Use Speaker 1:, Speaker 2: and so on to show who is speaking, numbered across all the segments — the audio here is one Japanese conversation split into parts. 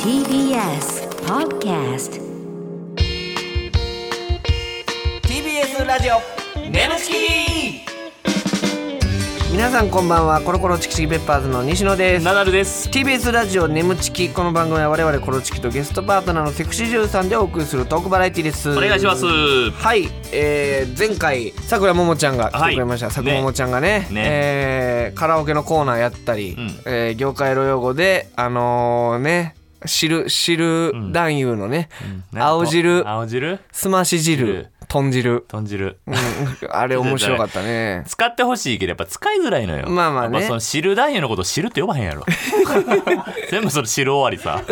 Speaker 1: TBS Podcast
Speaker 2: TBS ラジオ
Speaker 3: ネムチ
Speaker 2: 皆さんこんばんはコロコロチキチキペッパーズの西野で
Speaker 3: キ
Speaker 2: す
Speaker 3: ナダルです。
Speaker 2: TBS ラジオネムチキこの番組は我々コロチキとゲストパートナーのセクシージュさんでお送りするトークバラエティです
Speaker 3: お
Speaker 2: お
Speaker 3: 願いします。
Speaker 2: はい、えー、前回さくらももちゃんが来てくれました、
Speaker 3: はい
Speaker 2: さくらももちゃんがね
Speaker 3: ね
Speaker 2: えーカラオケのコーナーやったり、
Speaker 3: ん
Speaker 2: えー業界の用語であのーね知る知る男優のね、青汁
Speaker 3: 青汁
Speaker 2: すまし汁
Speaker 3: 汁
Speaker 2: 豚汁、
Speaker 3: 豚汁。
Speaker 2: うん、あれ面白かった ね
Speaker 3: 使ってほしいけどやっぱ使いづらいのよ。
Speaker 2: まあまあね
Speaker 3: やっぱその汁男優のことを汁って呼ばへん やろ。全部その汁終わりさ。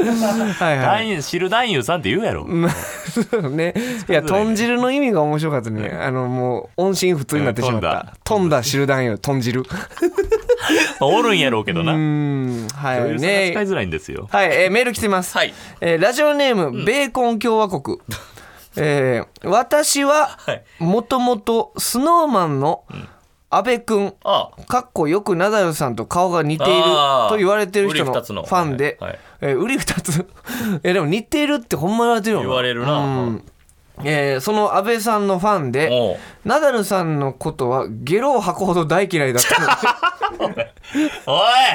Speaker 2: はいはい
Speaker 3: 男優汁男優さんって言うやろ。
Speaker 2: ね、いや豚汁の意味が面白かったね、あのもう音信不通になってしまった、飛んだ汁団よ豚汁
Speaker 3: おるんやろうけどな。
Speaker 2: う
Speaker 3: 女
Speaker 2: んは
Speaker 3: 優
Speaker 2: い
Speaker 3: さんが使い
Speaker 2: ね
Speaker 3: づらいんですよ。
Speaker 2: はい、えーメール来てます、
Speaker 3: はい
Speaker 2: えーラジオネーム、ベーコン共和国えー私は
Speaker 3: はい
Speaker 2: もともとスノーマンの阿部君
Speaker 3: あ
Speaker 2: かっこよくナダルさんと顔が似ている
Speaker 3: あー
Speaker 2: と言われてる人のフ
Speaker 3: 瓜二つの
Speaker 2: ァンで
Speaker 3: はいはい
Speaker 2: えーうり二つ えーでも似ているってほんま言われてるよな
Speaker 3: 言われるな
Speaker 2: うんえーその安倍さんのファン
Speaker 3: お
Speaker 2: で
Speaker 3: う
Speaker 2: ナダルさんのことはゲロを吐くほど大嫌いだった ので
Speaker 3: おい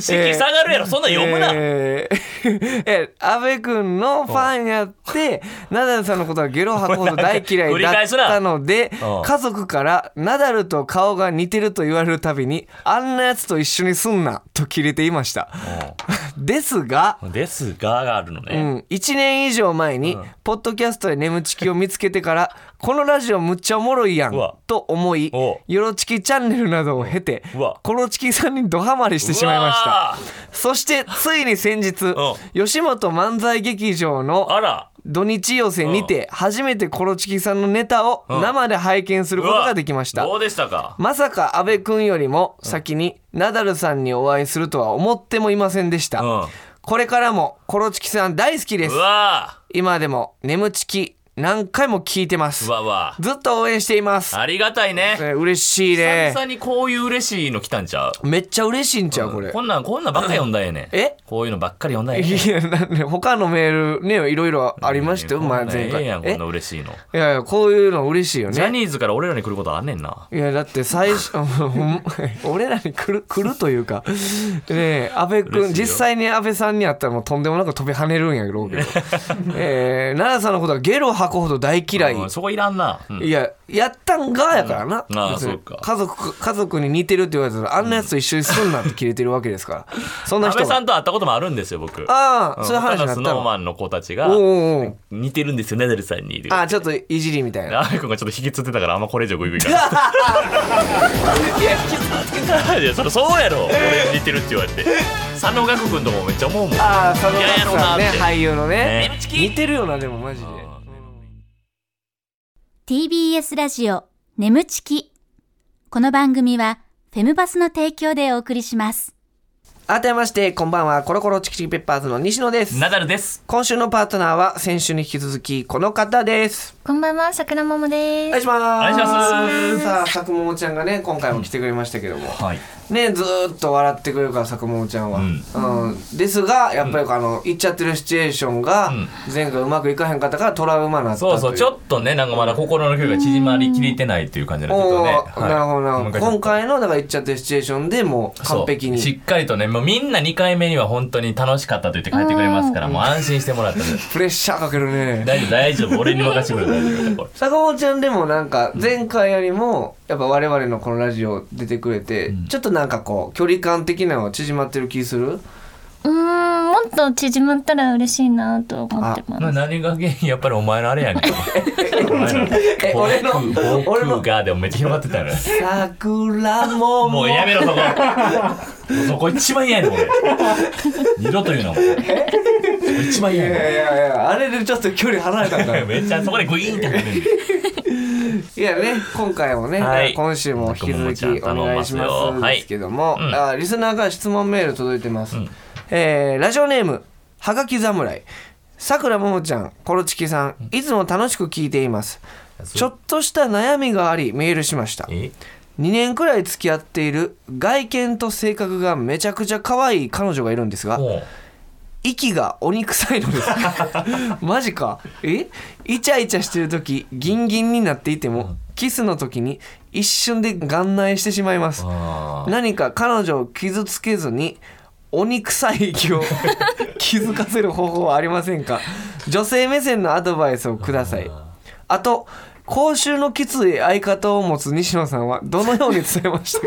Speaker 3: 敷下がるやろ。そんなん読むな。
Speaker 2: えー え安倍くんのファンやってナダルさんのことはゲロを吐くほど大 嫌いだったので
Speaker 3: うん
Speaker 2: 家族からナダルと顔が似てると言われるたびにあんなやつと一緒にすんなと切れていました ですが、
Speaker 3: ですががあるの
Speaker 2: う
Speaker 3: ね。
Speaker 2: ん、1年以上前に、ポッドキャストで眠ちきを見つけてからこのラジオむっちゃおもろいやん
Speaker 3: うわ
Speaker 2: と思い
Speaker 3: おう
Speaker 2: よろちきチャンネルなどを経て
Speaker 3: うわ
Speaker 2: このチキさんにドハマりしてしまいました。そしてついに先日吉本漫才劇場
Speaker 3: うわーあ
Speaker 2: の
Speaker 3: ら。
Speaker 2: 土日寄せにて初めてコロチキさんのネタを生で拝見することができました
Speaker 3: うわどうでしたか
Speaker 2: まさか阿部君よりも先にナダルさんにお会いするとは思ってもいませんでした
Speaker 3: うん
Speaker 2: これからもコロチキさん大好きです
Speaker 3: うわ
Speaker 2: 今でも眠ちき何回も聞いてます
Speaker 3: うわうわ
Speaker 2: ずっと応援しています
Speaker 3: ありがたいね
Speaker 2: えー嬉しいね
Speaker 3: 久々にこういう嬉しいの来たんちゃう
Speaker 2: めっちゃ嬉しいんちゃうこれ
Speaker 3: こんなんこんなんばっかり読んだんやねん
Speaker 2: え
Speaker 3: こういうのばっかり読んだんやねん
Speaker 2: いやなんで他のメールねいろいろありましたよ、
Speaker 3: こんなん
Speaker 2: 前前
Speaker 3: ええ
Speaker 2: 回
Speaker 3: やんこ
Speaker 2: え
Speaker 3: んな嬉しいの
Speaker 2: いやいやこういうの嬉しいよ
Speaker 3: ジャ
Speaker 2: ね
Speaker 3: ニーズから俺らに来ることあんねんない
Speaker 2: やだって最初ほん 俺らに来る来るというかねえ安倍
Speaker 3: 嬉し
Speaker 2: 君
Speaker 3: いよ
Speaker 2: 実際に安倍さんに会ったらもうとんでもなく飛び跳ねるんやろうけどえー奈良さんのことはゲロを吐くほど大嫌い、
Speaker 3: うんそこいらんな、うん
Speaker 2: いややったんがやからな、
Speaker 3: うんああ
Speaker 2: 別に
Speaker 3: そうか
Speaker 2: 家族家族に似てるって言われたらあんなやつと一緒にすんなって切れてるわけですからそんな
Speaker 3: 安
Speaker 2: 人
Speaker 3: 倍さ
Speaker 2: が
Speaker 3: んと会ったこともあるんですよ僕
Speaker 2: ああ、そういう話に
Speaker 3: 他の
Speaker 2: なった
Speaker 3: スノー
Speaker 2: の
Speaker 3: マンの子たち
Speaker 2: おう
Speaker 3: が
Speaker 2: おうおう
Speaker 3: 似てるんですよナダルさんに
Speaker 2: ああちょっといじりみたいな
Speaker 3: あーくんがちょっと引きつってたからあんまこれ以上グイグイいかないいやそれそうやろ俺似てるって言われて佐野岳くんともめっちゃ思うもん
Speaker 2: ああ佐野岳
Speaker 3: 嫌やろ
Speaker 2: さ
Speaker 3: なんって
Speaker 2: ね俳優のね
Speaker 3: ね
Speaker 2: 似てるよなでもマジで
Speaker 4: TBS ラジオ眠ちきこの番組はフェムバスの提供でお送りします
Speaker 2: 改めましてこんばんはコロコロチキチキペッパーズの西野です
Speaker 3: ナダルです
Speaker 2: 今週のパートナーは先週に引き続きこの方です
Speaker 5: こんばんは、桜もも
Speaker 2: お
Speaker 5: で
Speaker 2: 願い
Speaker 5: す。
Speaker 2: します
Speaker 3: お願いします
Speaker 2: さあ佐久桃ちゃんがね今回も来てくれましたけども、
Speaker 3: はい
Speaker 2: ねずーっと笑ってくれるから佐久桃ちゃんは、
Speaker 3: うん
Speaker 2: うんですがやっぱりあの行っちゃってるシチュエーションが
Speaker 3: ん
Speaker 2: 前回うまくいかへんかったからトラウマになったとい
Speaker 3: そうそうちょっとねなんかまだ心の距離が縮まりきれてないっていう感じなんですけ
Speaker 2: お
Speaker 3: ど
Speaker 2: お
Speaker 3: ね、
Speaker 2: ー、なるほどなるほど今
Speaker 3: 今回
Speaker 2: 回のだから行っちゃってるシチュエーションでもう完璧に
Speaker 3: しっかりとねもうみんな2回目には本当に楽しかったと言って帰ってくれますからもう安心してもらって
Speaker 2: プレッシャーかけるね
Speaker 3: 大丈夫大丈夫俺に任せてくれ大丈夫これ
Speaker 2: 坂本ちゃんでもなんか前回よりもやっぱ我々のこのラジオ出てくれてちょっとなんかこう距離感的なのは縮まってる気する
Speaker 5: うーん、もっと縮まったら嬉しいなと思って
Speaker 3: な
Speaker 5: ます。
Speaker 3: 何が原因やっぱりお前のあれやねんお前の
Speaker 2: え 俺の俺
Speaker 3: 僕
Speaker 2: の
Speaker 3: がでもめっちゃ広がってたよね
Speaker 2: 桜も
Speaker 3: もうやめろそこそこ一番嫌やねん俺二度と言うなもう一番
Speaker 2: い
Speaker 3: 嫌
Speaker 2: やい
Speaker 3: や
Speaker 2: や
Speaker 3: ね
Speaker 2: いやいやあれでちょっと距離離れ たんだ
Speaker 3: んめっちゃそこでグイーンって入る
Speaker 2: いやね今回もね、
Speaker 3: はい
Speaker 2: 今週も引き続きお願いし
Speaker 3: 僕ももちゃん頼
Speaker 2: ま
Speaker 3: んますすよはい
Speaker 2: ですけども、
Speaker 3: うん
Speaker 2: あリスナーから質問メール届いてます、
Speaker 3: ん
Speaker 2: えーラジオネームはがき侍さくらももちゃんコロチキさんいつも楽しく聞いていますちょっとした悩みがありメールしました
Speaker 3: え
Speaker 2: 2年くらい付き合っている外見と性格がめちゃくちゃ可愛い彼女がいるんですが
Speaker 3: も
Speaker 2: 息が鬼臭いのです マジかえイチャイチャしてる時ギンギンになっていてもキスの時に一瞬で眼内してしまいます
Speaker 3: うあー
Speaker 2: 何か彼女を傷つけずに鬼臭い息を 気づかせる方法はありませんか女性目線のアドバイスをくださいあと口臭のきつい相方を持つ西野さんはどのように伝えま したか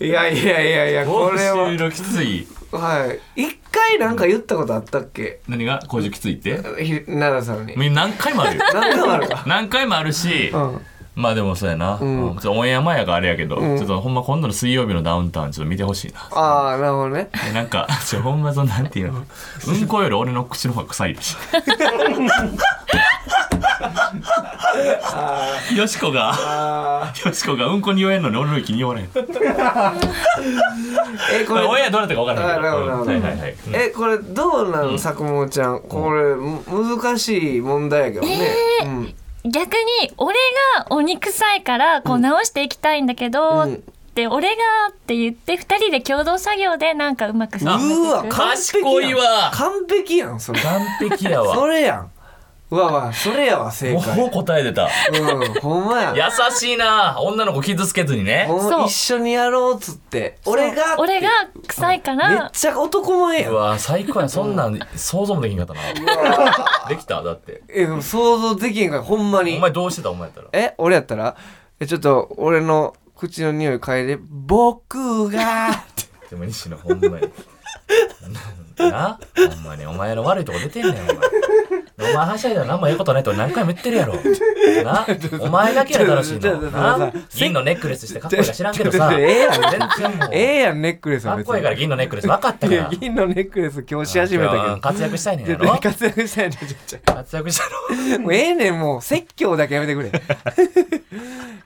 Speaker 2: いやいやいやいやこれ
Speaker 3: 口臭
Speaker 2: は
Speaker 3: のきつい
Speaker 2: はい一回なんか言ったことあったっけ
Speaker 3: 何が口臭きついって
Speaker 2: ひ奈良さんに
Speaker 3: もう何回もあ るよ
Speaker 2: 何でもある か
Speaker 3: 何回もあるし、
Speaker 2: うん
Speaker 3: まあでもそうやな、
Speaker 2: ん
Speaker 3: うんちょっとオンエア前やからあれやけど、
Speaker 2: ん
Speaker 3: ちょっとほんま今度の水曜日のダウンタウンちょっと見てほしいな
Speaker 2: ああなるほどね
Speaker 3: えなん かちょほんまそのなんていうのうんこより俺の口の方が臭いでしょよしこが
Speaker 2: あ
Speaker 3: よしこがうんこに言えんのに俺の息に言われへん
Speaker 2: ーえこ
Speaker 3: これ
Speaker 2: れ
Speaker 3: オンエアどうなったか分からへん
Speaker 2: あな
Speaker 3: けど
Speaker 2: るほどなるほ
Speaker 3: うんは
Speaker 2: ど
Speaker 3: いはいはいうん
Speaker 2: えこれどうなの佐久間ちゃんこれむ難しい問題やけどね、うん
Speaker 5: 逆に俺がお肉臭いからこう直していきたいんだけど、
Speaker 2: うん
Speaker 5: って俺がって言って二人で共同作業でなんかうまく進めて
Speaker 2: う
Speaker 5: い
Speaker 2: わ
Speaker 5: く
Speaker 2: 完璧やん
Speaker 3: 賢いわ
Speaker 2: 完璧やんそれ
Speaker 3: 完璧やわ
Speaker 2: それやんうわうわそれやわ正
Speaker 3: もう
Speaker 2: 解
Speaker 3: 答え出た
Speaker 2: うんほんまや
Speaker 3: 優しいな女の子傷つけずにね
Speaker 2: ほん
Speaker 5: そ
Speaker 2: ま
Speaker 5: う
Speaker 2: 一緒にやろうっつって俺が
Speaker 5: 俺が臭いか
Speaker 2: めっ
Speaker 5: ら
Speaker 2: ちゃ男前や
Speaker 3: うんわ最高やそんなん想像もできんかったなできただって
Speaker 2: え想像できへんからほんまに
Speaker 3: お前どうしてたお前やったら
Speaker 2: え俺やったらえちょっと俺の口の匂い嗅いで「僕が」 って
Speaker 3: でも西野ほんまになほんまにお前の悪いとこ出てんねんお前お前はしゃいだら何もええことないと何回も言ってるやろなお前だけやだらしい
Speaker 2: ちょっと
Speaker 3: の
Speaker 2: ちょっとちょっと
Speaker 3: な
Speaker 2: ちょっと
Speaker 3: 銀のネックレスしてかっこいいか知らんけどさ
Speaker 2: ちょっとちょっとええやん
Speaker 3: 全然もう
Speaker 2: ええやんネックレスは
Speaker 3: かっ
Speaker 2: 別
Speaker 3: こいいから銀のネックレス分かったか
Speaker 2: いや
Speaker 3: ら
Speaker 2: 銀のネックレス今日し始めたけど
Speaker 3: 活躍したいねんや
Speaker 2: ちょ
Speaker 3: ろ
Speaker 2: っと活躍したいねちょっと
Speaker 3: 活躍したろ
Speaker 2: もうええねん、もう。説教だけやめてくれ。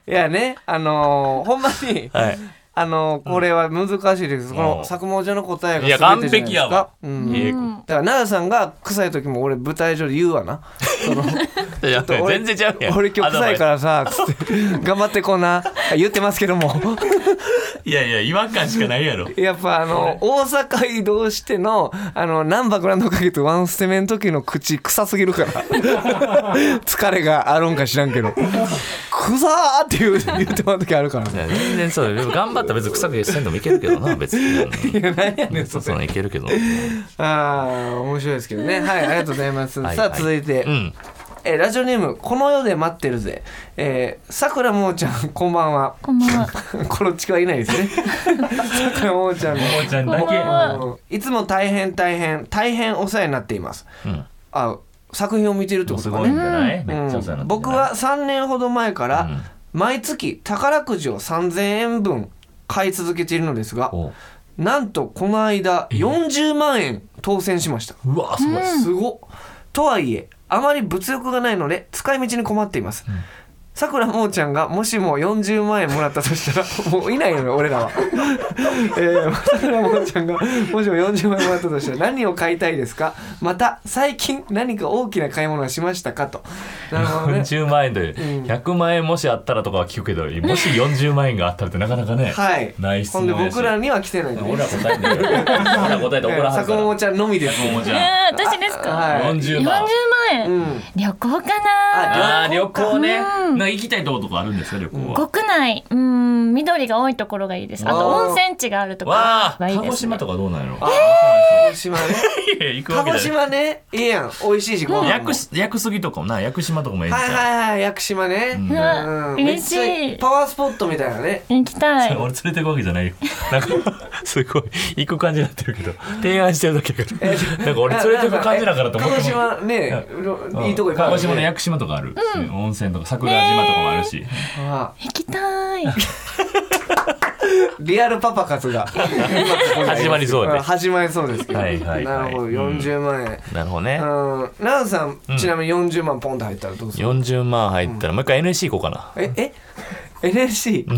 Speaker 2: いやね、あのー、ほんまに、
Speaker 3: はい
Speaker 2: あのー、これは難しいです。こ
Speaker 3: うん
Speaker 2: の作文上の答えが
Speaker 3: いや
Speaker 2: 全てじゃないですか。
Speaker 3: 完璧やわ
Speaker 2: うん。
Speaker 3: ええ
Speaker 2: だから、奈良さんが臭い時も俺舞台上で言うわな。
Speaker 3: いや
Speaker 2: 俺
Speaker 3: 全然ちゃうやん
Speaker 2: 俺今日臭いからさ、つって、頑張ってこんな、言ってますけども。
Speaker 3: いやいや違和感しかないやろ
Speaker 2: やっぱあの、大阪移動しての、あの、南波グランド花月ワンステメの時の口臭すぎるから。疲れがあるんか知らんけど。臭ーって言う言ってもらう時あるから
Speaker 3: い
Speaker 2: ね。
Speaker 3: や全然そうだよ頑張ったら別に臭くせんでもいけるけ どな別に
Speaker 2: いや、何やねん、そ
Speaker 3: そ
Speaker 2: う
Speaker 3: そ
Speaker 2: れ。
Speaker 3: ういけるけど
Speaker 2: ああ、面白いですけどね。はい、ありがとうございます。
Speaker 3: はい
Speaker 2: さあ、
Speaker 3: はい
Speaker 2: 続いて。
Speaker 3: うん
Speaker 2: えーラジオネーム、この世で待ってるぜ。えー、さくらもーちゃん、こんばんは。
Speaker 5: こんばんは。
Speaker 2: このちきはいないですね。さくらもーちゃんの。
Speaker 3: ちゃん
Speaker 5: だけこんばんは
Speaker 2: いつも大変大変大変お世話になっています。
Speaker 3: うん
Speaker 2: あ作品を見てるってこと
Speaker 3: す
Speaker 2: か
Speaker 3: ごいん
Speaker 2: ね。
Speaker 3: じゃない
Speaker 2: うん
Speaker 3: めっちゃお世話になってる
Speaker 2: 僕は3年ほど前から、
Speaker 3: うん
Speaker 2: 毎月宝くじを3000円分買い続けているのですが
Speaker 3: おう
Speaker 2: なんとこの間40万円当選しました。
Speaker 3: うわすごい
Speaker 2: すごっとはいえあまり物欲がないので使い道に困っていますさくらもーちゃんがもしも40万円もらったとしたら もういないよね俺らはえーさくらもーちゃんがもしも40万円もらったとしたら何を買いたいですかまた最近何か大きな買い物はしましたかとなるほ どね
Speaker 3: 40万円で
Speaker 2: うん
Speaker 3: 100万円もしあったらとかは聞くけどもし40万円があったらってなかなかね
Speaker 2: はい
Speaker 3: ない質
Speaker 2: ほん
Speaker 3: 問
Speaker 2: で
Speaker 3: やし
Speaker 2: 僕らには来てないんで
Speaker 3: 俺ら答えてる俺ら答えて怒らは
Speaker 2: さ
Speaker 3: る
Speaker 2: く
Speaker 3: から
Speaker 2: もーちゃんのみです
Speaker 3: もうじ
Speaker 5: え
Speaker 3: ゃ
Speaker 5: ー私ですか。
Speaker 2: は
Speaker 3: あ
Speaker 2: い
Speaker 5: 40
Speaker 3: 40
Speaker 5: 万
Speaker 3: 万
Speaker 2: う
Speaker 5: 円。
Speaker 2: ん
Speaker 5: 旅行かな。
Speaker 3: あー旅行ね
Speaker 5: うん
Speaker 3: なんか行きたいとことかあるんですか旅行は
Speaker 5: 国内、うん、緑が多いところがいいです。あと
Speaker 2: わあ
Speaker 5: 温泉地があるところ
Speaker 3: わあ
Speaker 5: がいい
Speaker 3: 鹿
Speaker 5: で
Speaker 3: 児
Speaker 5: す、
Speaker 3: 島とかどうなんやろ
Speaker 2: あ鹿児島 ね
Speaker 3: いやいや行くわ
Speaker 2: 鹿
Speaker 3: け
Speaker 2: 児
Speaker 3: じゃな
Speaker 2: 島
Speaker 3: い
Speaker 2: ねいいやん美味しいしご飯
Speaker 3: 屋
Speaker 2: も
Speaker 3: 久し屋久杉とかもな屋久島とかもいいんち
Speaker 2: はい
Speaker 3: ゃう
Speaker 2: はいはい屋久島ね、
Speaker 3: う
Speaker 2: うんん
Speaker 3: う
Speaker 5: わ嬉しい
Speaker 2: めっちゃパワースポットみたいなね
Speaker 5: 行きたい。
Speaker 3: 俺連れてくわけじゃな いよなんかすごい行く感じになってるけど提案してるだけやからなんか俺連れてく感じだからと思っ
Speaker 2: 鹿
Speaker 3: て
Speaker 2: 児
Speaker 3: も
Speaker 2: 島ね、いいとこいっぱいあ
Speaker 3: 鹿
Speaker 2: る、ね、
Speaker 3: 児島の屋久島とかある、温泉とか桜島とかもあるし、
Speaker 2: あ
Speaker 5: 行きたい。
Speaker 2: リアルパパ活が
Speaker 3: 始まりそうで
Speaker 2: ん始まりそうですけど
Speaker 3: はいはいはい
Speaker 2: なるほど
Speaker 3: うん
Speaker 2: 40万円
Speaker 3: なるほどね、
Speaker 2: うん奈良さん、
Speaker 3: ん
Speaker 2: ちなみに40万ポンって入ったらどうする
Speaker 3: 40万入ったらもう一回 NSC 行こうかな
Speaker 2: ええ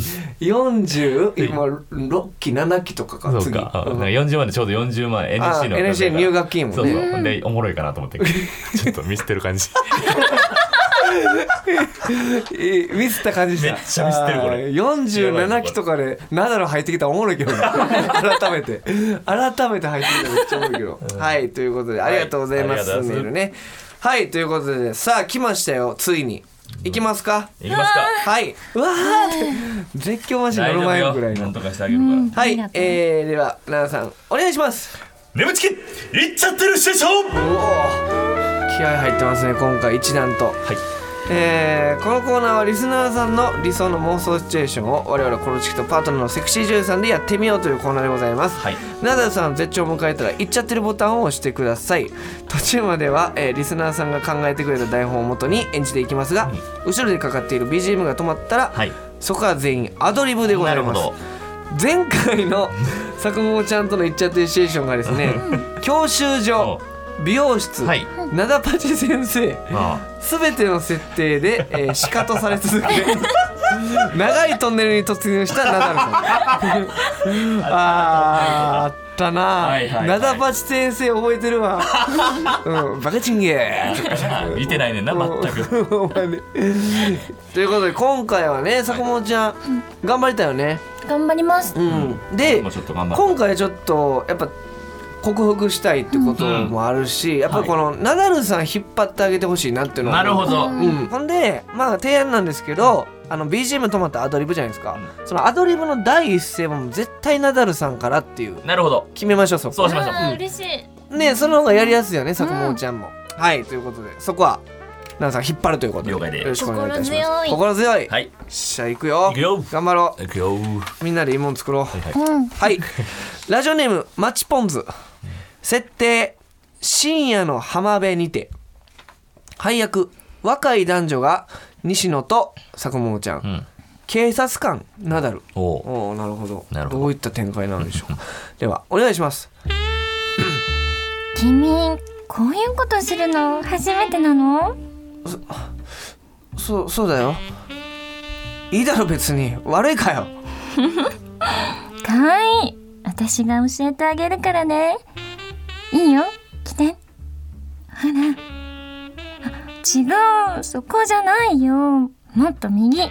Speaker 2: NSC40 今6期7期とかか
Speaker 3: そう
Speaker 2: 次
Speaker 3: か,、
Speaker 2: うん
Speaker 3: なんか40万でちょうど40万 NSC の
Speaker 2: NSC 入学金もね
Speaker 3: そうそうでおもろいかなと思ってちょっと見捨てる感じ
Speaker 2: えミスった感じでした
Speaker 3: めっちゃミスってるこれ
Speaker 2: あー47期とかでナダル入ってきたらおもろいけ どな改めて改めて入ってきたらめっちゃおもろいけど、はいということでありがとうございます、
Speaker 3: はいありがとうご
Speaker 2: メ
Speaker 3: ざいます
Speaker 2: ールねはいということでさあ来ましたよついに行きますか、
Speaker 3: いきますか
Speaker 2: はいうわーって絶叫マシン乗
Speaker 3: 大
Speaker 2: る
Speaker 3: 丈夫
Speaker 2: 前ぐら
Speaker 3: よ
Speaker 2: い
Speaker 3: なん
Speaker 2: の
Speaker 3: とかしてあげるから
Speaker 2: はい
Speaker 5: ありがとう
Speaker 2: えー、ではナダルさんお願いします
Speaker 3: 眠ちきいっちゃってる師匠
Speaker 2: お
Speaker 3: は
Speaker 2: お気合入ってますね今回一段と
Speaker 3: い
Speaker 2: えーこのコーナーはリスナーさんの理想の妄想シチュエーションを我々コロチキとパートナーのセクシー女優さんでやってみようというコーナーでございます、
Speaker 3: はい
Speaker 2: ナダルさんの絶頂を迎えたら行っちゃってるボタンを押してください途中までは、えーリスナーさんが考えてくれた台本を元に演じていきますが、後ろでかかっている BGM が止まったら、
Speaker 3: はい
Speaker 2: そこは全員アドリブでござ
Speaker 3: ないるほ
Speaker 2: ます
Speaker 3: ど
Speaker 2: 前回の作もちゃんとの言っちゃってるシチュエーションがですね教習所美容室、
Speaker 3: はい
Speaker 2: ナダパチ先生
Speaker 3: あ
Speaker 2: すべての設定で、えー、シカトされ続 け長いトンネルに突入したナダルさ んあーあったな、
Speaker 3: はいはいはい
Speaker 2: ナダパチ先生覚えてるわ、 うん、バカチンゲー
Speaker 3: あ見てないねんな全く
Speaker 2: お前ねということで今回はね坂本ちゃん、頑張りたよね、
Speaker 5: 頑張ります。
Speaker 2: うんで
Speaker 3: もうちょっと頑張って
Speaker 2: 今回ちょっとやっぱ克服したいってこともあるし、やっぱりこの、ナダルさん引っ張ってあげてほしいなっていうのは
Speaker 3: なるほど
Speaker 2: うん、ほんでまあ提案なんですけど、あの BGM 止まったアドリブじゃないですか、そのアドリブの第一声も絶対ナダルさんからっていう
Speaker 3: なるほど
Speaker 2: 決めましょうそこ
Speaker 3: そうしましょう
Speaker 5: あー嬉しい。
Speaker 2: ねその方がやりやすいよね佐久間ちゃんも、はいということでそこはナダルさん引っ張るということで
Speaker 3: 了解で
Speaker 2: よろしくお願いいたします
Speaker 5: 心強い
Speaker 2: 心強い、
Speaker 3: はい
Speaker 2: じゃあ行くよ
Speaker 3: 行くよ
Speaker 2: 頑張ろ
Speaker 3: いく
Speaker 2: う
Speaker 3: よ
Speaker 2: みんなでいいもん作ろう
Speaker 5: うん。
Speaker 2: はい。ラジオネーム、マチポンズ。設定、深夜の浜辺にて。配役、若い男女が、西野と佐久間ちゃん,、
Speaker 3: ん
Speaker 2: 警察官、ナダル。
Speaker 3: おう
Speaker 2: おおなるほど。
Speaker 3: なるほど
Speaker 2: ういった展開なんでしょう。では、お願いします。
Speaker 5: 君、こういうことするの初めてなの
Speaker 2: そう、そうだよ。いいだろ、別に。悪いかよ。
Speaker 5: かわいい。私が教えてあげるからね。いいよ、来て。ほら。あ違う、そこじゃないよ。もっと右。だ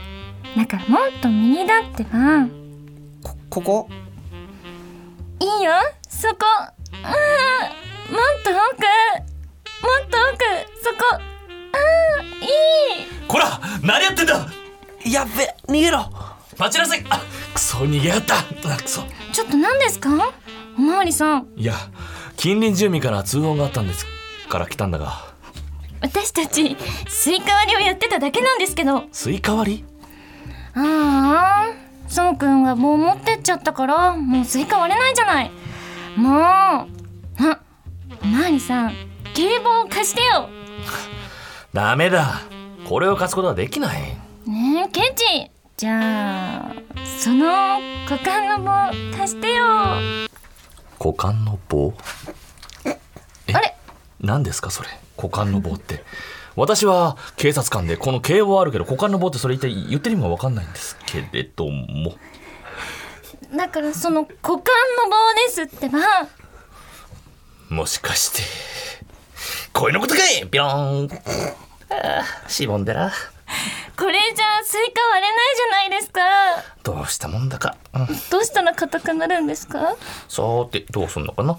Speaker 5: からもっと右だってば。
Speaker 2: こ、ここ
Speaker 5: いいよそこうんもっと奥もっと奥そこうんいい
Speaker 3: こら何やってんだ
Speaker 2: やっべ、逃げろ
Speaker 3: 待ちなさいあクソ逃げやがったあクソ
Speaker 5: ちょっと何ですかおまわりさん
Speaker 3: いや近隣住民から通報があったんですから来たんだが
Speaker 5: 私たちスイカ割りをやってただけなんですけど
Speaker 3: スイカ割
Speaker 5: ああそうくんが棒持ってっちゃったからもうスイカ割れないじゃないもうあおまわりさん警棒を貸してよ
Speaker 3: りダメだこれを貸すことはできない
Speaker 5: ねえケチじゃあその股間の棒貸してよ
Speaker 3: 股間の棒え
Speaker 5: あれ
Speaker 3: 何ですかそれ股間の棒って私は警察官でこの警棒あるけど股間の棒ってそれ一体言ってる意味が分かんないんですけれども
Speaker 5: だからその股間の棒ですってば
Speaker 3: もしかして声のことかいピローンあーしぼんでら
Speaker 5: これじゃスイカ割れないじゃないですか
Speaker 3: どうしたもんだか、うん、
Speaker 5: どうしたら硬くなるんですか
Speaker 3: さーてどうすんのかな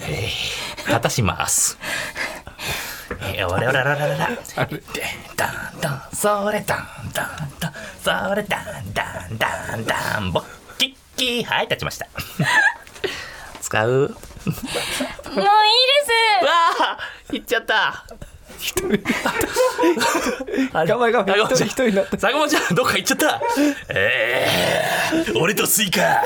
Speaker 3: えー、立たしますえー、わらわらわらわらわらでダンダンそれダンダンダンそれダンダンダンダンボッキッキーはい立ちました使うわ
Speaker 5: もういいです
Speaker 3: あ行っちゃった一人
Speaker 2: 頑張れ頑張れ。一人一人になった。
Speaker 3: 坂本ちゃんどっか行っちゃったええ俺とスイカ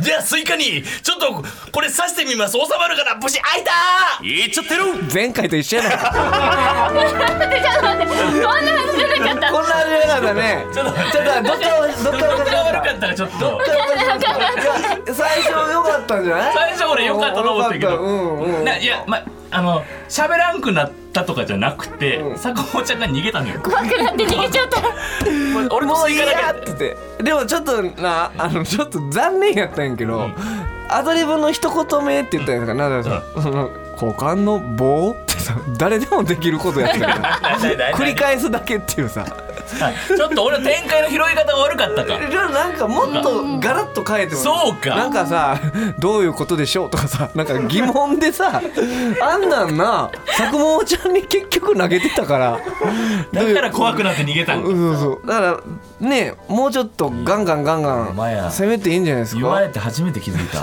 Speaker 3: じゃあスイカにちょっとこれ刺してみます収まるからブシ開いたいっちゃってる
Speaker 2: 前回と一緒やな。こんな始めなかったね。
Speaker 3: ちょっと待っ
Speaker 2: ち
Speaker 3: て
Speaker 2: ょっとどっちがどっちが
Speaker 3: どっちが
Speaker 2: 悪
Speaker 3: 悪
Speaker 2: か
Speaker 3: か
Speaker 2: っ
Speaker 3: ったかちょっと
Speaker 2: た。 最初は良かったんじゃない？
Speaker 3: 最初俺良かったと思ったけど
Speaker 2: うんうん。
Speaker 3: ないやまあの喋らんくなったとかじゃなくて、坂本ちゃんが逃げたのよ
Speaker 5: 怖くなって逃げちゃった
Speaker 3: 俺
Speaker 2: も
Speaker 3: と
Speaker 2: う
Speaker 3: ス
Speaker 2: いい
Speaker 3: イカだ
Speaker 2: や
Speaker 3: け
Speaker 2: ってて。でもちょっとなあのちょっと残念やったんやけど、アドリブの一言目って言ったやんかナダルさん。その股間の棒ってさ誰でもできることや ってるから繰り
Speaker 3: 繰
Speaker 2: 返すだけっていうさ
Speaker 3: ちょっと俺の展開の拾い方が悪かったか
Speaker 2: じゃあなんかもっとガラッと変えても
Speaker 3: そうか
Speaker 2: なんかさどういうことでしょうとかさなんか疑問でさあんなんな作文ちゃんに結局投げてたから
Speaker 3: だから怖くなって逃げたん
Speaker 2: う
Speaker 3: か
Speaker 2: んそうそうだからねもうちょっとガンガンガン
Speaker 3: お
Speaker 2: ガ
Speaker 3: 前
Speaker 2: ン
Speaker 3: や
Speaker 2: 攻めていいんじゃないです
Speaker 3: 言わ
Speaker 2: か
Speaker 3: れて初めて気づい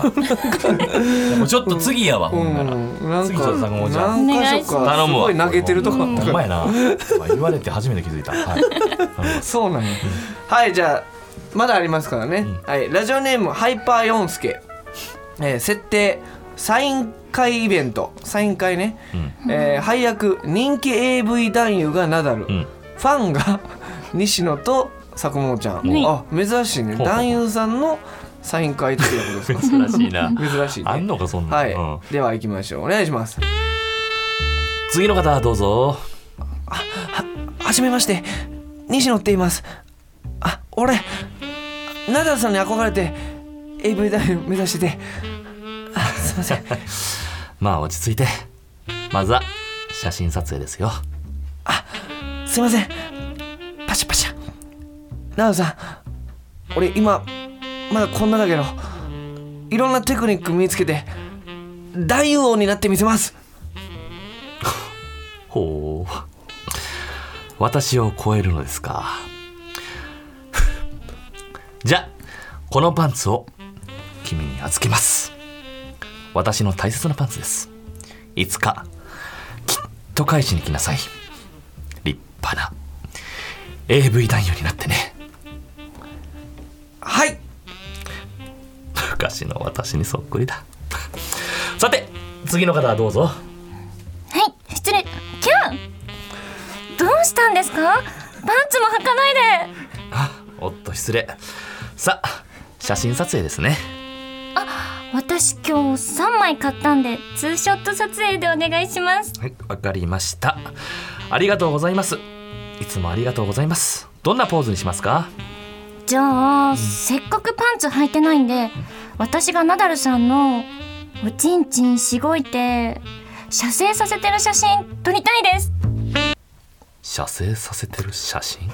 Speaker 3: たでもちょっと次やわ、
Speaker 2: う
Speaker 3: ほんなら
Speaker 2: んなん
Speaker 3: 次ちょっと
Speaker 2: か
Speaker 3: 坂本ちゃん
Speaker 2: 何箇所か
Speaker 3: 頼
Speaker 2: す
Speaker 3: むわ
Speaker 2: ごい投げてるとこあった
Speaker 3: ほん
Speaker 2: か
Speaker 3: ま
Speaker 2: ら
Speaker 3: やなお前言われて初めて気づいた、はい、
Speaker 2: そうなんやはいじゃあまだありますからね、はい、ラジオネームハイパーヨンスケ、えー設定サイン会イベントサイン会ね、えー配役人気 AV 男優がナダル、
Speaker 3: ん
Speaker 2: ファンが 西野と佐久間ちゃん、あ珍しいね
Speaker 3: ほうほう
Speaker 2: 男優さんのサイン会ということですか
Speaker 3: 珍しいな
Speaker 2: 珍しいね
Speaker 3: あんのかそんな
Speaker 2: は
Speaker 3: ん、
Speaker 2: い、
Speaker 3: うん
Speaker 2: では行きましょうお願いします
Speaker 3: 次の方どうぞ
Speaker 2: はじめまして西野って言いますあ俺ナダルさんに憧れて AV 男優目指しててあすいません
Speaker 3: まあ落ち着いてまずは写真撮影ですよ
Speaker 2: すいませんパシャパシャナダルさん俺今まだこんなだけどいろんなテクニック身につけて大王になってみせます
Speaker 3: ほう私を超えるのですか じゃあこのパンツを君に預けます私の大切なパンツですいつかきっと返しに来なさい立派な AV 男優になってね
Speaker 2: はい
Speaker 3: 昔の私にそっくりださて次の方はどうぞ
Speaker 5: はい失礼キャンどうしたんですかパンツも履かないで
Speaker 3: あおっと失礼さあ写真撮影ですね
Speaker 5: 私今日3枚買ったんでツーショット撮影でお願いします
Speaker 3: はい、わかりました。ありがとうございます。いつもありがとうございます。どんなポーズにしますか
Speaker 5: じゃあせっかくパンツ履いてないんで私がナダルさんのおちんちんしごいて写生させてる写真撮りたいです
Speaker 3: 写生させてる写真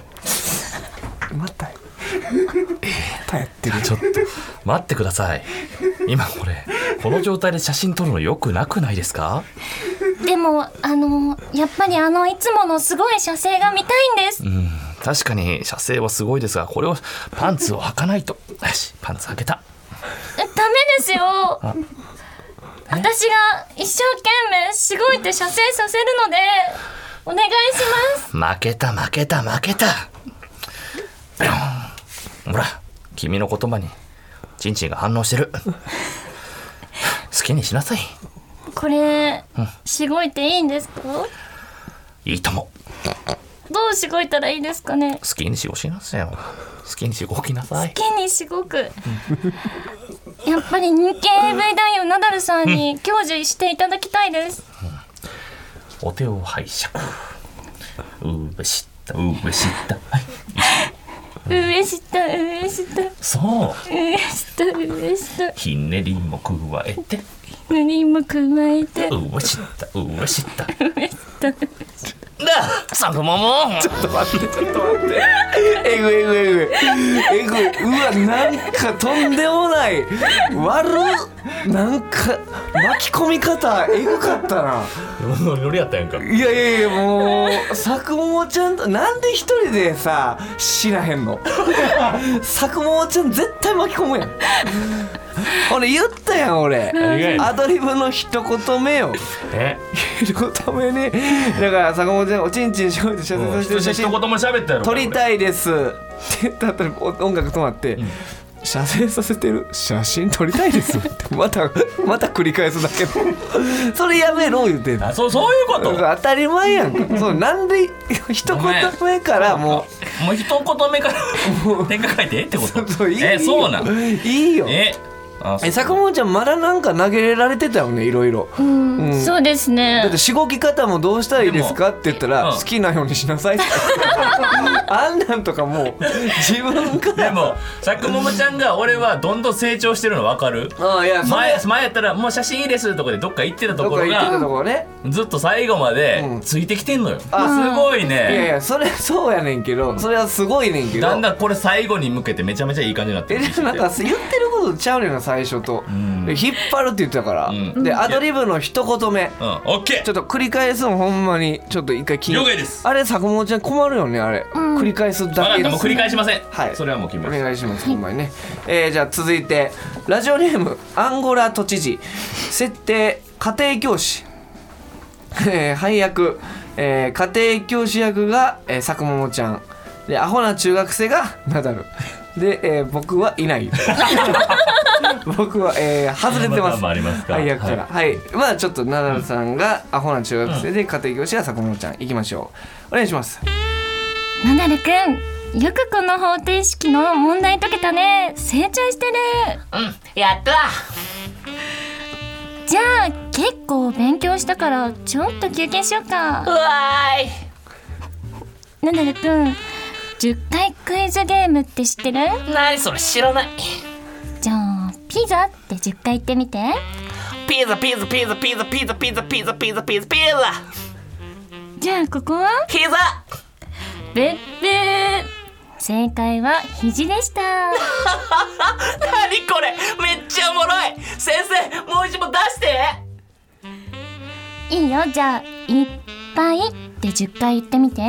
Speaker 2: また またやってる
Speaker 3: ちょっと、待ってください。今これ、この状態で写真撮るの良くなくないですか
Speaker 5: でもあのやっぱりあのいつものすごい写生が見たいんです
Speaker 3: うん、確かに写生はすごいですが、これを、パンツを履かないと。よし、パンツ履けた。
Speaker 5: えダメですよ私が一生懸命しごいて写生させるのでお願いします
Speaker 3: 負けた、負けた、負けた。ほら、君の言葉に、チンチンが反応してる。好きにしなさい。
Speaker 5: これしごいていいんですか
Speaker 3: いいとも。
Speaker 5: どうしごいたらいいですかね
Speaker 3: 好きにしごしなさいよ。好きにしごきなさい。
Speaker 5: 気にすごくやっぱり日系 AV 男優ナダルさんに享受していただきたいです
Speaker 3: お手を拝借。うべしった、うべしった。はい
Speaker 5: 上下上下
Speaker 3: そう。
Speaker 5: 上下上下
Speaker 3: ひねりも加えて。
Speaker 5: 何も加えて
Speaker 3: うべしった、うべしった。な
Speaker 5: 上下
Speaker 3: あ、さくもも。
Speaker 2: ちょっと待ってちょっと待ってえぐえぐえぐえぐうわなんかとんでもない悪っなんか巻き込み方えぐかったな
Speaker 3: ノリノリやったやんか。
Speaker 2: いやいやいやもう作もちゃんとなんで一人でさ死なへんの作もちゃん絶対巻き込むやん俺言ったやん俺
Speaker 3: 何がやねん
Speaker 2: アドリブの一言目よ
Speaker 3: え、
Speaker 2: 一言目ねだから坂本ちゃんおちんちんしょうて写真させてる写真
Speaker 3: も喋ったやろ
Speaker 2: 撮り
Speaker 3: い。
Speaker 2: たいですって言った後にお音楽止まって、写生させてる写真撮りたいですってまたまた繰り返すだけど それやめろ言ってんの
Speaker 3: あ、そう、そういうこと。
Speaker 2: 当たり前やんかそうなんで一言目からも
Speaker 3: も う一言目から点が書いてええってこ
Speaker 2: うそう
Speaker 3: と
Speaker 2: いいよ
Speaker 3: えそうなん
Speaker 2: いいよ
Speaker 3: えあそう
Speaker 2: え坂本ちゃんまだなんか投げられてたよねいろいろ
Speaker 5: うん、
Speaker 2: うん
Speaker 5: そうです
Speaker 2: だ
Speaker 5: ね
Speaker 2: ってしごき方もどうしたらいいですかって言ったら、
Speaker 3: うん
Speaker 2: 好きなようにしな さいって言ってあんなんとかもう自分から
Speaker 3: でもさくももちゃんが俺はどんどん成長してるの分かる
Speaker 2: ああいやそれ
Speaker 3: 前前やったら「もう写真いいです」とかでどっか行ってたと
Speaker 2: ど
Speaker 3: こ
Speaker 2: こか
Speaker 3: ろ
Speaker 2: 行ってたと
Speaker 3: が
Speaker 2: こね
Speaker 3: ずっと最後まで
Speaker 2: うん
Speaker 3: ついてきてんのよ、
Speaker 2: あ
Speaker 3: すご
Speaker 2: い
Speaker 3: い
Speaker 2: やい
Speaker 3: ね
Speaker 2: やそれそうやねんけどそれはすごいねんけど
Speaker 3: だんだんこれ最後に向けてめちゃめちゃいい感じになって
Speaker 2: え
Speaker 3: る
Speaker 2: でも なんか言ってることちゃうねんな最初と、
Speaker 3: ん
Speaker 2: で引っ張るって言ってたから、
Speaker 3: うん
Speaker 2: でアドリブの一言目
Speaker 3: うん、オッケー
Speaker 2: ちょっと繰り返すのほんまにちょっと一回聞い
Speaker 3: 了解です
Speaker 2: あれ坂本ちゃん困るよねあれ、
Speaker 5: ん
Speaker 2: 繰り返す
Speaker 3: 分か
Speaker 2: だ
Speaker 3: っ
Speaker 2: けで
Speaker 3: たもう繰り返しません、
Speaker 2: はい
Speaker 3: それはもう決め
Speaker 2: お
Speaker 3: ました
Speaker 2: 願いします、ほんまにね、えーじゃあ続いてラジオネームアンゴラ都知事設定家庭教師、えー配役、えー家庭教師役が、えー、佐久桃ちゃんでアホな中学生がナダルで、えー僕はいない 僕は、えー外れてます
Speaker 3: まあまあまあありますか
Speaker 2: 配役からはい、まあちょっとナダルさんがアホな中学生で、家庭教師が佐久桃ちゃんいきましょうお願いします
Speaker 5: ナダルくんよくこの方程式の問題解けたね成長してる
Speaker 6: うん やった
Speaker 5: じゃあ結構勉強したからちょっと休憩しようか
Speaker 6: うわーい
Speaker 5: ナダルくん10回クイズゲームって知ってる
Speaker 6: 何それ知らない
Speaker 5: じゃあピザって10回言ってみて
Speaker 6: ピザピザピザピザピザピザピザピザピザピザ
Speaker 5: じゃあここは
Speaker 6: ピザ
Speaker 5: ブッブー正解は肘でした
Speaker 6: 何これめっちゃおもろい先生もう一問出して
Speaker 5: いいよじゃあいっぱいって10回言ってみて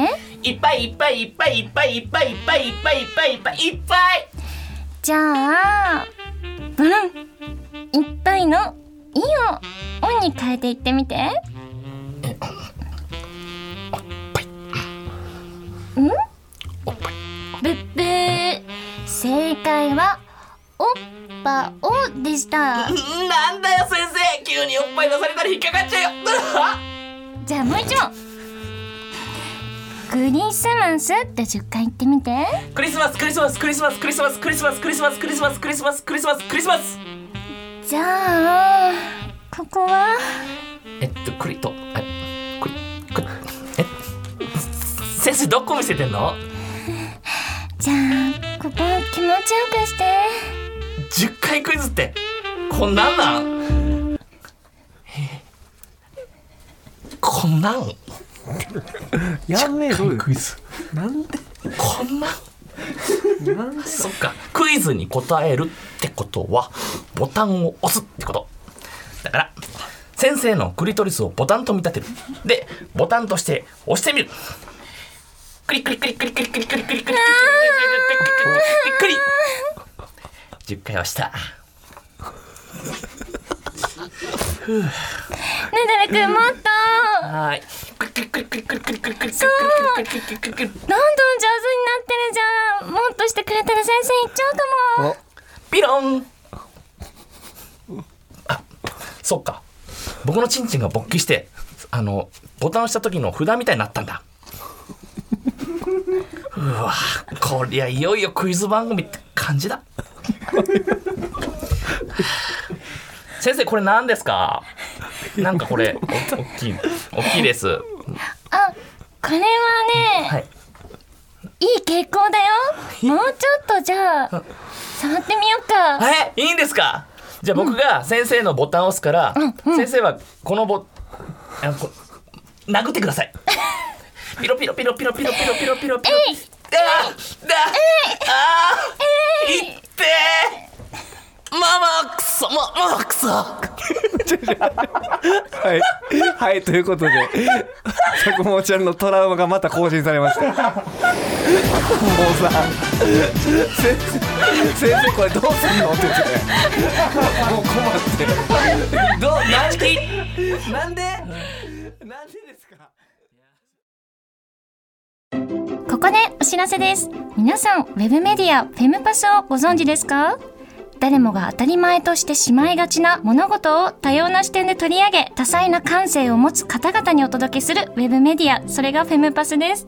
Speaker 6: いっぱいいっぱいいっぱいいっぱいいっぱいいっぱいいっぱいいっぱいいっぱいいっぱい
Speaker 5: じゃあブルンいっぱいの「い」を「お」に変えて言ってみてうんブッブー正解は「おっぱお」でした
Speaker 6: うんなんだよ先生急におっぱい出されたら引っかかっちゃうよ うわ
Speaker 5: じゃあもう一問クリスマスって10回言ってみて
Speaker 6: クリスマスクリスマスクリスマスクリスマスクリスマスクリスマスクリスマスクリスマスクリスマスクリスマス
Speaker 5: じゃあここは
Speaker 6: えっとクリとえクリクリえ 先生どこ見せてんの
Speaker 5: じゃあここ気持ちよくして
Speaker 6: 10回クイズってこんなんなんえこんなん
Speaker 2: やめろよ
Speaker 6: クイズ
Speaker 2: なんで
Speaker 6: こんなん
Speaker 2: なんで
Speaker 6: そっかクイズに答えるってことはボタンを押すってことだから先生のクリトリスをボタンと見立てるでボタンとして押してみるクリクリクリクリクリクリクリクリクリクリクリクリクリ10回押した
Speaker 5: ねだれくんもっと
Speaker 6: はーいクリクリクリクリクリクリクリクリクリクリクリクリクリクリ
Speaker 5: どんどん上手になってるじゃんもっとしてくれたら先生行っちゃうかも
Speaker 6: ピロンあそっか僕のチンチンが勃起してあのボタンを押した時の札みたいになったんだうわこりゃいよいよクイズ番組って感じだ先生これ何ですかなんかこれお大きい大きいです
Speaker 5: あこれはね、
Speaker 6: はいい、
Speaker 5: い傾向だよもうちょっとじゃあ触ってみようか
Speaker 6: えいいんですかじゃあ僕が先生のボタンを押すから、先生はこのボあこ殴ってくださいピロピロピロピロピロピロピロピロピロ
Speaker 5: えい
Speaker 6: あーだあーいってーママクソママクソ
Speaker 2: はい、はい、ということで、佐久間ちゃんのトラウマがまた更新されました。もうさ、先生、先生これどうすんのって言ってたよもう困って。どう、なんで、なんで、なんでですか。
Speaker 5: ここでお知らせです皆さんウェブメディアフェムパスをご存知ですか誰もが当たり前としてしまいがちな物事を多様な視点で取り上げ多彩な感性を持つ方々にお届けするウェブメディアそれがフェムパスです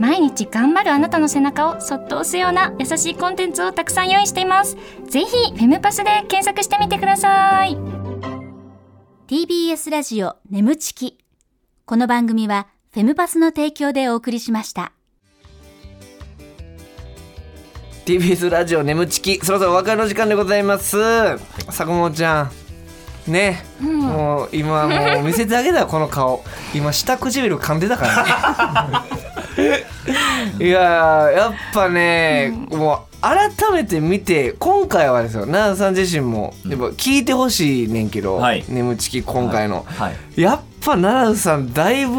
Speaker 5: 毎日頑張るあなたの背中をそっと押すような優しいコンテンツをたくさん用意していますぜひフェムパスで検索してみてください
Speaker 4: TBS ラジオ眠ちき。この番組はフェムパスの提供でお送りしました。
Speaker 2: TBS ラジオ眠ちきそろそろお別れの時間でございます坂本ちゃんね、もう今もう見せてあげたよこの顔今下唇噛んでた から、ね、いやーやっぱね、もう改めて見て今回はですよ奈良さん自身もやっぱ聞いてほしいねんけど、
Speaker 6: はい
Speaker 2: 眠ちき今回の、
Speaker 6: はい
Speaker 2: やっぱ奈良さんだいぶ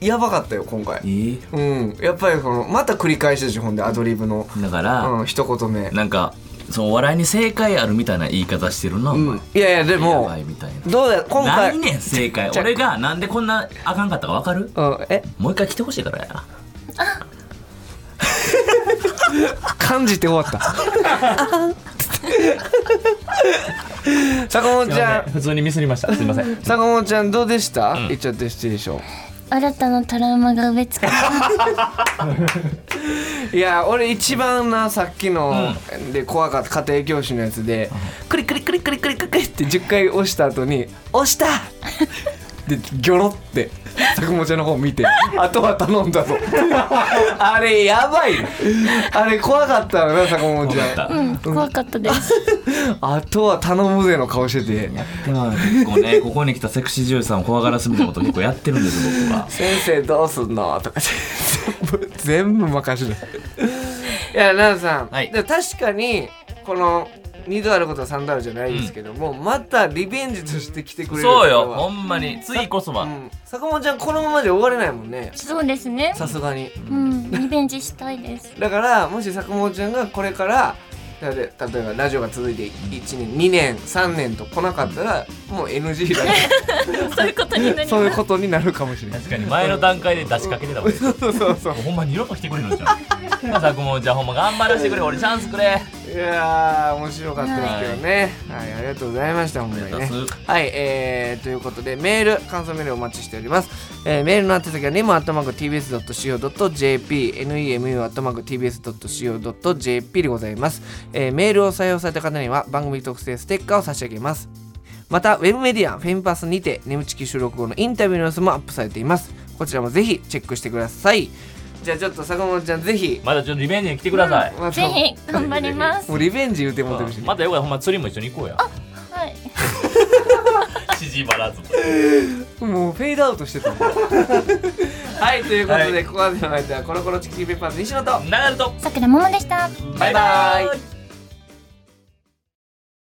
Speaker 2: やばかったよ今回、
Speaker 6: ええ
Speaker 2: うんやっぱりこのまた繰り返しでしょほんでアドリブの、
Speaker 6: だから、
Speaker 2: うん、一言目
Speaker 6: なんかそのお笑いに正解あるみたいな言い方してるな、お前
Speaker 2: いやいやで
Speaker 6: や
Speaker 2: も
Speaker 6: ばいみたいな
Speaker 2: どうだ今
Speaker 6: ない
Speaker 2: 回、
Speaker 6: ねん正解
Speaker 2: ちゃ
Speaker 6: 俺がなんでこんなあかんかったかわかる
Speaker 2: うん、え
Speaker 6: もう一回来てほしいからや
Speaker 2: 感じて終わった坂本ちゃん
Speaker 7: 普通にミスりましたすいません
Speaker 2: 坂本ちゃんどうでした、言っちゃって失礼でしょ
Speaker 5: 新たなトラウマが植え付け
Speaker 2: いや俺一番なさっきの、で怖かった家庭教師のやつで、クリクリクリクリクリクリって10回押した後に「押した!」でギョロって坂本ちゃんの方見て「あとは頼んだぞ」 あれやばいあれ怖かったよな坂本ちゃん
Speaker 5: 怖かったです
Speaker 2: あとは頼むぜの顔してて
Speaker 6: でも結構ねここに来たセクシー女優さんを怖がらすみたいなこと結構やってるんです僕は
Speaker 2: 「先生どうすんの?」とか 全部全部任せて いや奈々さん、
Speaker 6: はい
Speaker 2: でも確かにこの2度あることは3度あるじゃないですけども、またリベンジとして来てくれる
Speaker 6: そうよ
Speaker 2: これは
Speaker 6: ほんまについこそは、
Speaker 2: うん、坂本ちゃんこのままじゃ終われないもんね
Speaker 5: そうですね
Speaker 2: さすがに
Speaker 5: うんリベンジしたいです
Speaker 2: だからもし坂本ちゃんがこれからだって例えばラジオが続いて1年2年3年と来なかったらもう NG だね
Speaker 5: そういうことにな
Speaker 2: そういうことになるかもしれない
Speaker 6: 確かに前の段階で出しかけてた もん ね
Speaker 2: そうそうそう
Speaker 6: ほんまに色が来てくれるんじゃんザクもじゃあほんま頑張らせてくれ俺チャンスくれ
Speaker 2: いやー面白かったですけどね、はい、ありがとうございました本当に
Speaker 6: ありが
Speaker 2: ね
Speaker 6: とうございま
Speaker 2: はいえー、ということでメール感想メールお待ちしております、えー、メールの宛先は nemu.tbs.co.jp nemu.tbs.co.jp でございます、えー、メールを採用された方には番組特製ステッカーを差し上げますまたウェブメディアフェンパスにて眠ちき収録後のインタビューの様子もアップされていますこちらもぜひチェックしてくださいじゃあちょっと坂本ちゃんぜひ
Speaker 6: まだちょっとリベンジに来てください、
Speaker 2: また
Speaker 5: ぜひ頑張ります
Speaker 2: もうリベンジ言うてもってるし、
Speaker 6: またよかったらほんま釣りも一緒に行こうや
Speaker 5: はい
Speaker 6: 縮まらず
Speaker 2: もうフェードアウトしてた はいということで、ここまでの相手はコロコロチキチキペッパーズ西野と
Speaker 6: なると
Speaker 5: さくらももでした
Speaker 2: バイバイ